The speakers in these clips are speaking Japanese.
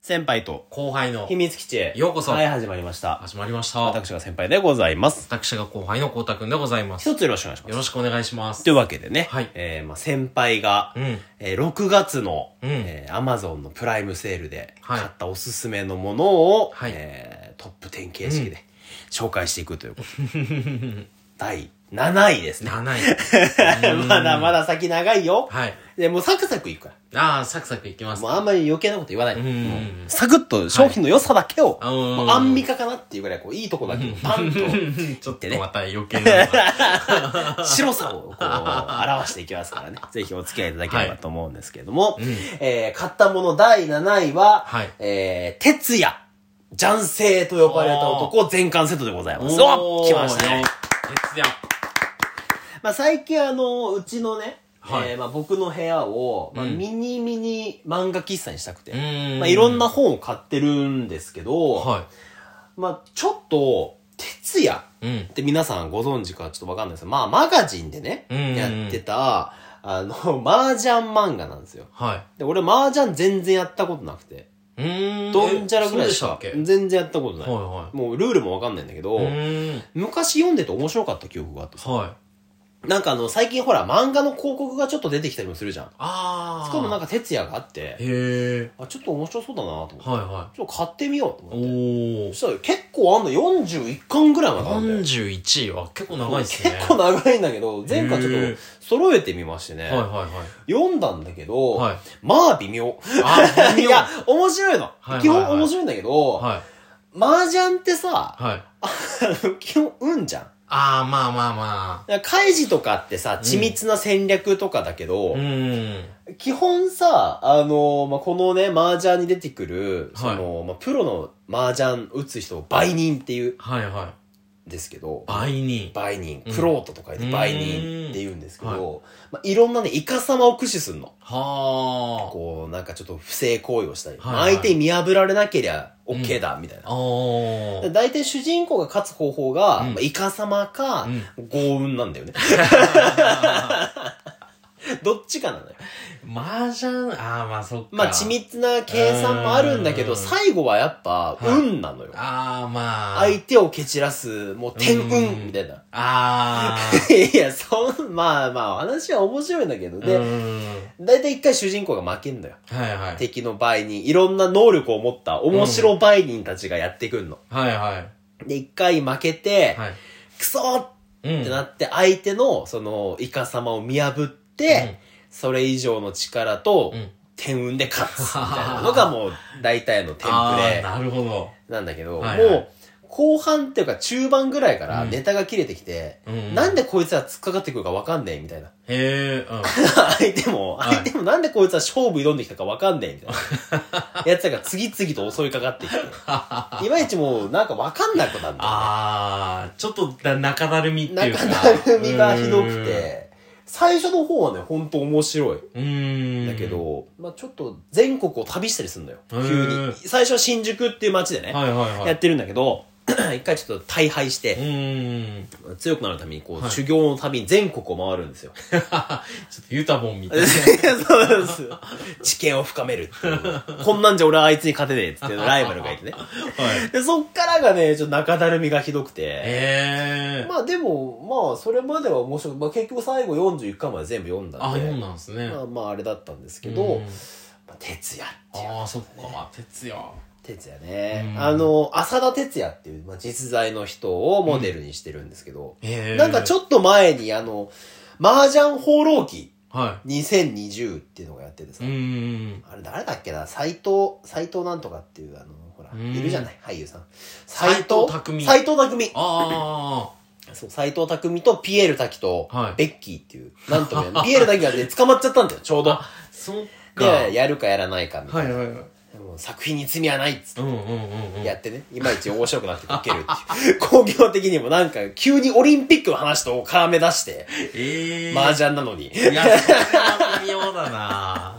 先輩と後輩の秘密基地へようこそはい、始まりました。始まりました。私が先輩でございます。私が後輩のこうたくんでございます。よ一つよろしくお願いします。ろしくお願いします。というわけでね、はいえーまあ、先輩が、うんえー6月の、うんえー、Amazon のプライムセールではい買ったおすすめのものを、はいえートップ10形式で紹介していくということで、第7位ですね。 7位。まだまだ先長いよ。はい。でもうサクサクいくかああ、サクサクいきまら。すもう。あんまり余計なこと言わない。うんもうサクッと商品の良さだけを、はいうんもうアンミカかなっていうぐらい、こう、いいとこだけをパンと、ちょっととねまた余計な のが。白さをこう表していきますから ね。ぜひお付き合いいただければと思うんですけれども、えー買ったもの第7位は、はいえー、哲也、雀星と呼ばれた男全巻セットでございます。おおー来ましたね。。徹夜。まあ最近あの、うちのね、はいえーまあ、僕の部屋を、まあ、うんミニミニ漫画喫茶にしたくて、うんまあ、いろんな本を買ってるんですけど、はまあちょっと、哲也、い。うんっ。て皆さんご存知かちょっとわかんないですけど、まあマガジンでね、うんうんうんやってた、あの、 麻雀漫画なんですよ。はで、俺麻雀全然やったことなくて、い。うーん。ドンジャラぐらいしそうかでしたっけはい全然やったことない。はい。もうルールもわかんないんだけどう、ーん。昔読んでて面白かった記憶があった。はい。なんかあの、最近ほら漫画の広告がちょっと出てきたりもするじゃん。ああ。しかもなんか。か徹夜があって、へえ。あ、ちょっと面白そうだなと思って、はいはちょっと買ってみようとい。思って。そおー。したら結構あんの41巻ぐらいまであんだよ。 41位は結構長いですね。結構長いんだけど、前回ちょっと揃えてみましてね。はいはいはい。読んだんだけど、はいまあ微妙。あ、いや、面白いの。はいはいはい基本面白いんだけど、はい。麻雀ってさ、はい。基本運じゃん。ああ、まあまあまだから開示とかってさ、緻密な戦略とかだけど、あ。うん。基本さ、あのまあ、このね、麻雀に出てくる、そはいの、まあ、プロの麻雀打つ人を売人って言うんはいはい。ですけど、倍に。売人、うんプロートとか言って売人って言うんですけど、うんまあ、いろんなね、イカ様を駆使すんの。はこう、なんかちょっと不正行為をしたり、はいはい相手に見破られなけりゃ OK だ、みたいあ。な。おー。大体主人公が勝つ方法が、うんまあ、イカ様か、幸運なん だよね。どっちかなのよ。麻雀、ああ、まあそっか。まあ、緻密な計算もあるんだけうど、ん最後はやっぱ、はい運なのよ。ああ、まあ。相手を蹴散らす、もう天うん運、みたいな。あ いや、そん、まあまあ、話は面白いんだけど、あ。で、うん大体一回主人公が負けんだよ。はいはい。敵の売人、いろんな能力を持った面白売人たちがやってくんの。はいはい。で、一回負けて、はい。クソっうん。てなって、相手の、その、イカ様を見破って、それ以上の力とうん、天運で勝つ。みたいなのがもう、大体のテンプああ、レなるほど。なんだけど、はいはいもう、後半っていうか中盤ぐらいからうんネタが切れてきて、うんなんでこいつら突っかかってくるかわかんねえみた いな。へえ、うん。相手も、はい相手もなんでこいつは勝負挑んできたかわかんねえみたいな。やつらが次々と襲いかかってきて。いまいちもうなんかわかんなくなるんだよねああ、ちょっとだ中だるみっていうか。中だるみがひどくて、最初の方はね、ほんと面白い。うん。うーん。だけ。ど、まあちょっと全国を旅したりするんだよ。へー急に。最初は新宿っていう街でね、はいはいはやい。ってるんだけど、 一回ちょっと大敗しうて、ーん。強くなるために、こう、はい修行のために全国を回るん ですよ。ちょっとユタボンみたいな。そうなんですよ。知見を深めるっていう。こんなんじゃ俺はあいつに勝てねえっつって、ライバルがいてね。はい。で、そっからがね、ちょっと中だるみがひどくて。ええ。まあでも、まあそれまでは面白い。まあ結局最後41巻まで全部読んだんあ、で。そうなんですね。まあまああれだったんですけうどん、まあ、哲也っていう。ああ、そっか。哲也。哲也ね。うんあの、浅田哲也っていう、まあ、実在の人をモデルにしてるんですけど、ええ。なんかちょっょっと前にあの、麻雀放浪記と。は2020っていうのがやっててさ、い。うーん。あれ誰だっけな斎藤、斎藤なんとかっていうあの、ほら、うんいるじゃない俳優さん。斎藤工斎藤匠。あそう、斎藤匠とピエール滝とはい、ベッキーっていう、なんとも言えないピエール滝がね、捕まっちゃったんだよ、ちょうどあ。。そっか。で、やるかやらないかみたいはいはいはい。な。もう作品に罪はないっつってうんうんうんうん。やってね、いまいち面白くなって受けるっていう。 工業的にもなんか、急にオリンピックの話と絡め出して、ええ。麻雀なのに。いや、それは微妙だ な。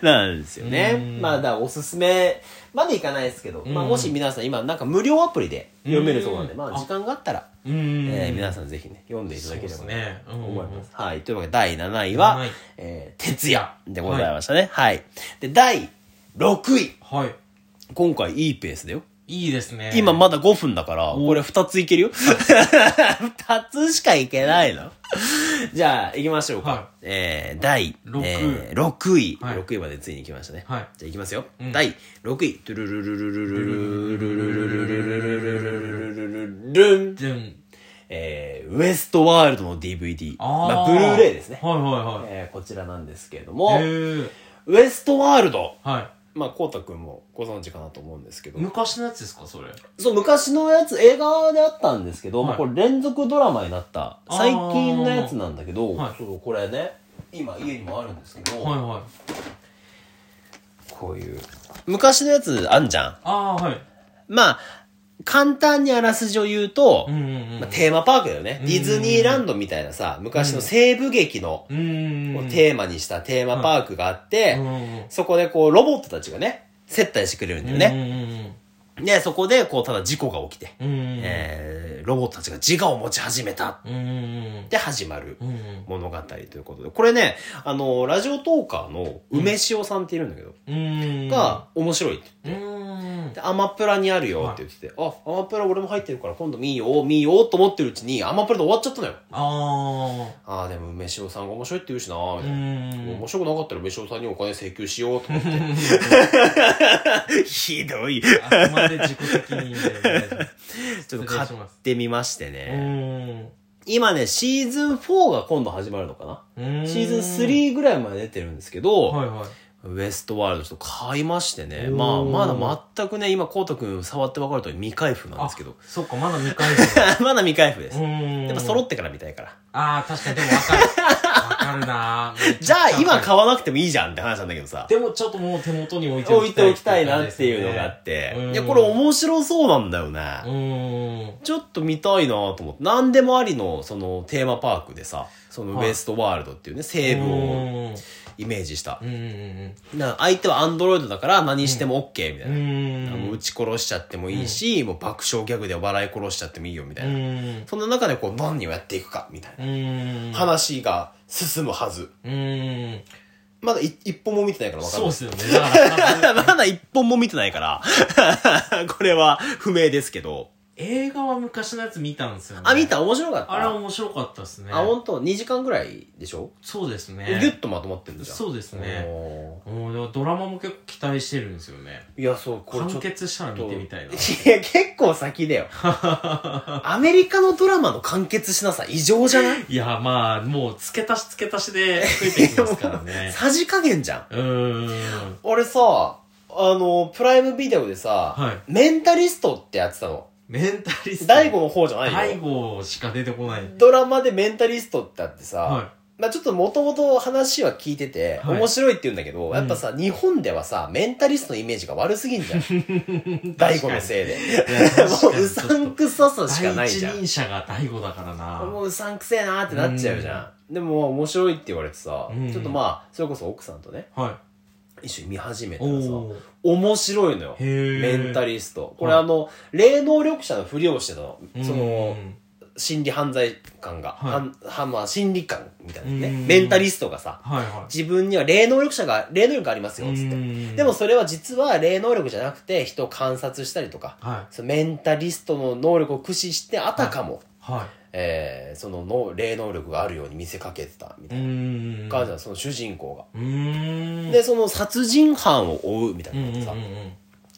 なんですようんまあ、だからおすすめまでいかないですけど、まあ、うんもし皆さん今、なんか無料アプリで読めるそうなんで、うんまあ、時間があったら、うーん。えー皆ん。さんぜひね、読んでいたそだうけでればすとね。うんうん思ういんます。はい。というわけで、第7位ははい、えー、徹夜でございましたね。はい。で、第6位。はい。今回いいペースだよ。いいですね。今まだ5分だから、おこれ2ついけるよ。2つしかいけないの。じゃあ、行きましょうか。はいえー、第、六位えー六位、はい6位までついに来ましたね。はいじゃあ、行きますよ。うん第6位。トゥルルルルルルルルルルルルルン。じゃん。えー、ウエストワールドの DVD。あーまあ、ブルーレイですね。はいはいえー、こちらなんですけれどはもい。、へえ。ウエストワールド。はまあ、こうたくんもご存知かなと思うんですけどい。。昔のやつですか、それ。そう、昔のやつ、映画であったんですけど、はいまあこれ連続ドラマになった、あー最近のやつなんだけど、はいそうこれね、今家にもあるんですけど、はいはい。こういう。昔のやつあんじゃん。ああー、はい。まあ、簡単にあらすじを言うと、うんうんうん。まあ、テーマパークだよね。ディズニーランドみたいなさ、昔の西部劇の、うんうんうこん。うテーマにしたテーマパークがあって、うんうんうんそこでこうロボットたちがね、接待してくれるんだよね。ね。で、そこでこうただ事故が起きて、うんうんうん。えーロボットたちが自我を持ち始めたうんうんで始まるうん。うんうん。物語ということで、これね、あの、ラジオトーカーの梅塩さんっているんだけど、うん。が、面白いって。うん。でアマプラにあるよって言ってて、あ、アマプラ俺も入ってるから今度見よう、見ようと思ってるうちに、アマプラで終わっちゃったのよ。あああ、でも梅塩さんが面白いって言うしなあ。みうたいな。ん面。白くなかったら梅塩さんにお金請求しようと思って。 ひどい。あくまで自己責任で お願いします。ちょっと買ってみましてね。う今ね、シーズン4が今度始まるのかな、ん。シーズン3ぐらいまで出てるんですけど、はいはい。ウエストワールドちょっと買いましてね。おーまあ、まだ全くね、今、こうたくん触ってわかるとり未開封なんですけど。そっか、まだ未 開封。まだ未開封です。うん。やっぱ揃ってから見たいから。ああ、確かに、でもわかる。わかるなじゃあ、今か。買わなくてもいいじゃんって話なんだけどさ。でもちょっともう手元に置いて置いておきたいなっていうのがあって。いや、これ面白そうなんだようね。ん。ちょっと見たいなと思って。なんでもありの、その、テーマパークでさ、そのウはいエストワールドっていうね、西部をイメージしたう。ん。な相手はアンドロイドだから何しても OK みたいなう。ん。もう撃ち殺しちゃってもいいし、もう爆笑ギャグで笑い殺しちゃってもいいよみたいな、うん。そんな中でこう何をやっていくかみたいな、うん。話が進むはずうん。まだい一本も見てないから分かんそうなっいすよね。だ から、まだ一本も見てないから これは不明ですけど映画は昔のやつ見たんですよね。あ見た面白かったあれ面白かったですね。あ本当2時間ぐらいでしょ、そうですギュね。ッとまとまってるんじゃんそうですね。ねもうドラマも結構期待してるんですよね。いやそうこれちょ完っと結したら見てみたいな。いや結構先 だよアメリカのドラマの完結しなさ異常じゃない。いや、まあ、もう、付け足し付け足しで増えていきますからね さじ加減じゃんうーん。俺さ、あの、プライムビデオでさ、はいメンタリストってやってたの。メンタリスト。大悟の方じゃない大よ。悟しか出てこない。ドラマでメンタリストってあってさ、はまあちょっと もともと話は聞いてて、はい面白いって言うんだけど、やっぱさ、日本ではさ、メンタリストのイメージが悪すぎんじ ゃん。大悟のせいで。い。いや確もかううにちょっさとんくささしかないじゃ第一ん。人者が大悟だからなも。ううさんくせえなーってなっちゃうじゃん。でも面白いって言われてさ、うんちょっとまあ、それこそ奥さんとね、は一緒に見始めい。たらさ、おー。面白いのよ。へメえ。ンタリリスト。これはあいの、霊能力者のふりをしてたの。その、、心理犯罪官が、はいはんはまあ、心理官みたいなねうん。メンタリストがさ、はいは自分には霊能力者が、霊能力がありますよ、い。つって。てでも、それは実は霊能力じゃなくて、人を観察したりとか、はそのメンタリストの能力を駆使して、あたかも、い。はえーそのの霊能力があるように見せかけてた、みい。たういな。ーん。感じなのその主人公が。うーん。で、その殺人犯を追う、みたいうんなのうんうがんさ、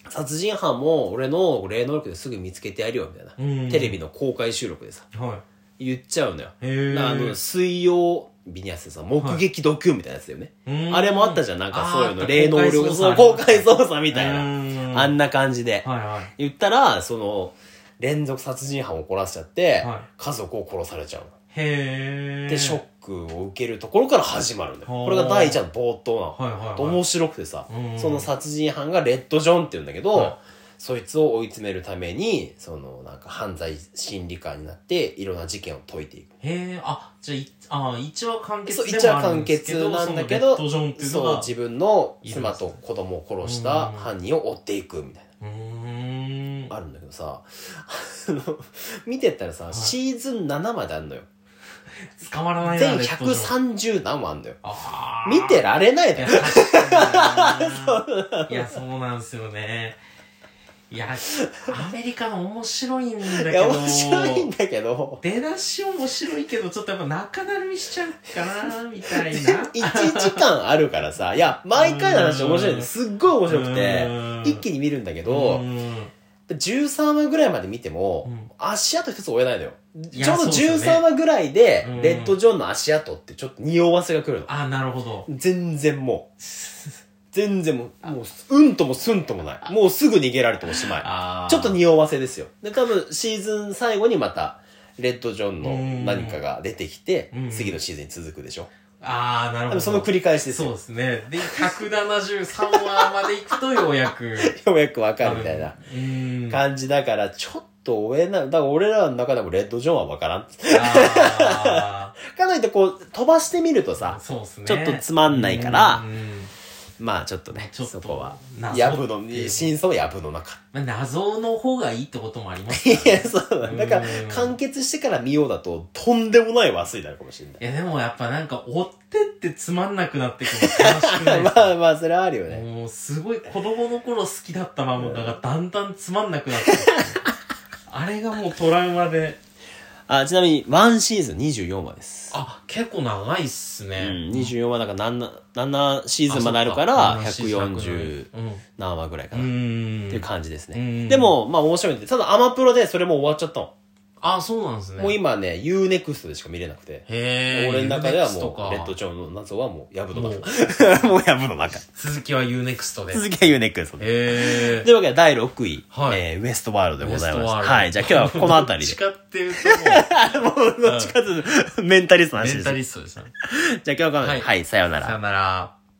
殺人犯も俺の霊能力ですぐ見つけてやるよみたいな、うんテレビの公開収録でさうん。は言っちゃうのよ、い。へえ。あの水曜日にやってたさ目撃ドキュみたいなやつだよね、うんあれもあったじゃんなんかそういうあーの霊能力公開捜査そう公開捜査みたいな、うんあんな感じで、はいはい。言ったらその連続殺人犯を怒らせちゃって、はい家族を殺されちゃうのへえ。でショックを受けるところから始まるのよほうこれが第一話の冒頭なの、はいはいはい面白くてさ、うんその殺人犯がレッド・ジョンって言うんだけど、はいそいつを追い詰めるためにそのなんか犯罪心理官になっていろんな事件を解いていくへえ、あ、じゃあい、あ、一話完結そうで一も応あるん完ですけ結ど、なんだけどそのレッドジョンっていうのそうが。自分の妻と子供を殺した犯人を追っていくみたいな。う ーん。あるんだけどさ、あの、見てったらさ、シーズン7まであんのよ。捕まらないな、全ネット上。 130何もあんだよ。あー見てられないいやだよ。確か にないや、そうなんですよね。いや、アメリカの面白いんだけいや、ど、面白いんだけど、出だし面白いけど、ちょっとやっぱ中だるみしちゃうかな、みたいな。 1時間あるからさ、いや、毎回の話面白いんうんですっごい面白くうて、ん一気に見るんだけうど、ん13話ぐらいまで見てうも、ん足跡一つ追えないのよ。いやちょうどそうですよね13話ぐらいでうん、レッド・ジョンの足跡ってちょっと匂わせが来るの。あ、なるほど。全然も う。全然もう、もう、うんともすんともない。もうすぐ逃げられておしまい。あーちょっと匂わせですよ。で、多分シーズン最後にまた、レッド・ジョンの何かが出てきてうん、次のシーズンに続くでしょ。あー、な多るほ分ど。その繰り返しですそうよ。ですね。で、173話まで行くとようやく。ようやくわかるみたいな うん。あ感じだから、ちょっと追えない。だから俺らの中でもレッド・ジョンはわからん。かといってこう、飛ばしてみるとー さ、そうですね。ちょっとつまんないからうんうんまあちょっとね、ちょっとそこは。謎やぶのってい、う真相はやぶの中。まあ、謎の方がいいってこともありますいからや、そうだ。だからうん、完結してから見ようだと、とんでもない忘れになるかもしれない。いや、でもやっぱなんか追ってってつまんなくなってくるの悲しくないですかまあまあ、それはあるよね。もうすごい子供の頃好きだった漫画がだんだんつまんなくなってくる。あれがもうトラウマで。あ、ちなみに、ワンシーズン24話です。あ、結構長いっすうね。ん、24話だから7、7シーズンまであるかあら、そっか140うん。何話ぐらいかうな。っていんう。感じですうね。んでも、まあ面白いんで、ただアマプロでそれもう終わっちゃったの。あ、そうなんですね。もう今ね、UNEXT でしか見れなくて。へー俺の中では Unext ともかう、レッドチョウの謎はもう、やぶのもう中。 もうやぶの中。続きは UNEXT で。続きは UNEXT で。へというわけで、第6位、はいえーウエストワールドでございまウエストす。ワールドはい、じゃあ今日はこの辺 りで。誓ってるともう、どっちかというとメンタリストのもう、メ話です。じン タゃあリストですね。今日はこの辺りで、ははい、さようならさ。よなら。